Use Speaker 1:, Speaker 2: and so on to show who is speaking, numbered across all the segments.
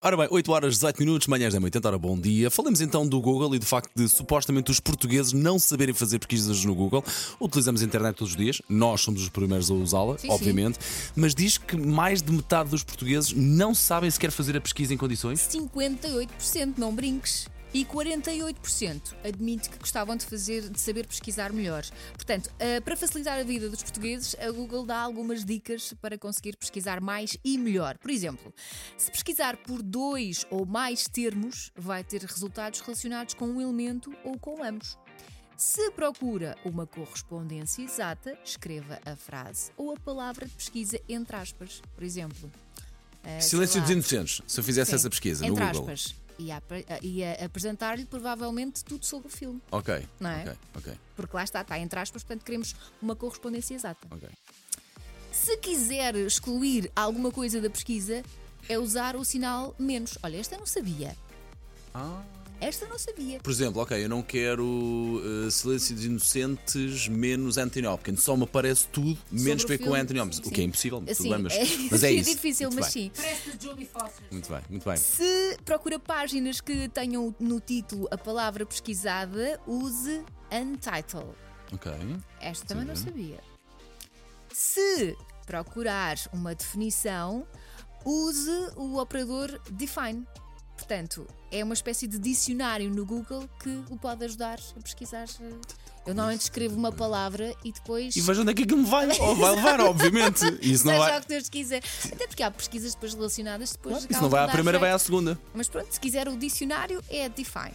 Speaker 1: Ora bem, 8 horas 18 minutos, manhãs da 80, ora bom dia. Falamos então do Google e do facto de supostamente os portugueses não saberem fazer pesquisas no Google. Utilizamos a internet todos os dias, nós somos os primeiros a usá-la,
Speaker 2: Sim, sim.
Speaker 1: obviamente, mas diz que mais de metade dos portugueses não sabem sequer fazer a pesquisa em condições.
Speaker 2: 58% não brinques. E 48% admite que gostavam de, fazer, de saber pesquisar melhor. Portanto, ah, para facilitar a vida dos portugueses, a Google dá algumas dicas para conseguir pesquisar mais e melhor. Por exemplo, se pesquisar por dois ou mais termos, vai ter resultados relacionados com um elemento ou com ambos. Se procura uma correspondência exata, escreva a frase ou a palavra de pesquisa entre aspas. Por exemplo, ah, sei
Speaker 1: Silêncio
Speaker 2: lá.
Speaker 1: dos inocentes, se eu fizesse
Speaker 2: Sim.
Speaker 1: essa pesquisa
Speaker 2: Entre
Speaker 1: no Google.
Speaker 2: aspas. E a, e a apresentar-lhe provavelmente tudo sobre o filme.
Speaker 1: Ok,
Speaker 2: Não é?
Speaker 1: ok, ok,
Speaker 2: Porque lá está, está entre aspas, portanto queremos uma correspondência exata.
Speaker 1: ok.
Speaker 2: Se quiser excluir alguma coisa da pesquisa, é usar o sinal menos. Olha, esta eu não sabia.
Speaker 1: Ah.
Speaker 2: Esta eu não sabia.
Speaker 1: Por exemplo, ok, eu não quero uh, Silêncio dos Inocentes menos Anthony Hopkins, só me aparece tudo menos
Speaker 2: o
Speaker 1: ver com
Speaker 2: filme,
Speaker 1: Anthony Hopkins, o
Speaker 2: sim.
Speaker 1: que é impossível, tudo
Speaker 2: Assim,
Speaker 1: bem, mas, mas é isso.
Speaker 2: difícil,
Speaker 1: muito
Speaker 2: mas
Speaker 1: bem.
Speaker 2: sim.
Speaker 3: Parece de Julie Foster.
Speaker 1: Muito bem, muito bem.
Speaker 2: Se procura páginas que tenham no título a palavra pesquisada, use Untitled.
Speaker 1: Ok.
Speaker 2: Esta também não sabia. Se procurar uma definição, use o operador define. Portanto, é uma espécie de dicionário no Google que o pode ajudar a pesquisar. Eu normalmente escrevo uma palavra e depois.
Speaker 1: E veja onde é que aquilo me vai. Ou vai levar, obviamente. Isso não
Speaker 2: seja
Speaker 1: vai.
Speaker 2: o que Deus quiser. Até porque há pesquisas depois relacionadas, depois
Speaker 1: Claro, Isso
Speaker 2: acabam
Speaker 1: não vai
Speaker 2: por
Speaker 1: à
Speaker 2: dar
Speaker 1: primeira, vai
Speaker 2: jeito.
Speaker 1: à segunda.
Speaker 2: Mas pronto, se quiser o dicionário é define.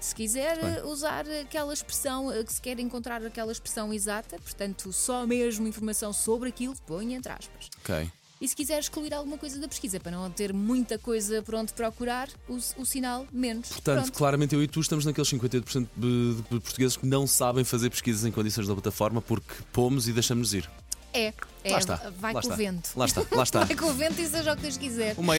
Speaker 2: Se quiser eh, usar aquela expressão, eh, que se quer encontrar aquela expressão exata, portanto, só mesmo informação sobre aquilo, põe entre aspas.
Speaker 1: Ok.
Speaker 2: E se quiser excluir alguma coisa da pesquisa, para não ter muita coisa por onde procurar, use o sinal menos.
Speaker 1: Portanto,
Speaker 2: Pronto.
Speaker 1: claramente eu e tu estamos naqueles 58% de, de portugueses que não sabem fazer pesquisas em condições da plataforma porque pomos e deixamos ir.
Speaker 2: É, é,
Speaker 1: Lá está.
Speaker 2: vai
Speaker 1: lá
Speaker 2: com o
Speaker 1: está.
Speaker 2: vento.
Speaker 1: Lá está, lá está.
Speaker 2: Vai com o vento e seja o que Deus quiser.
Speaker 1: Uma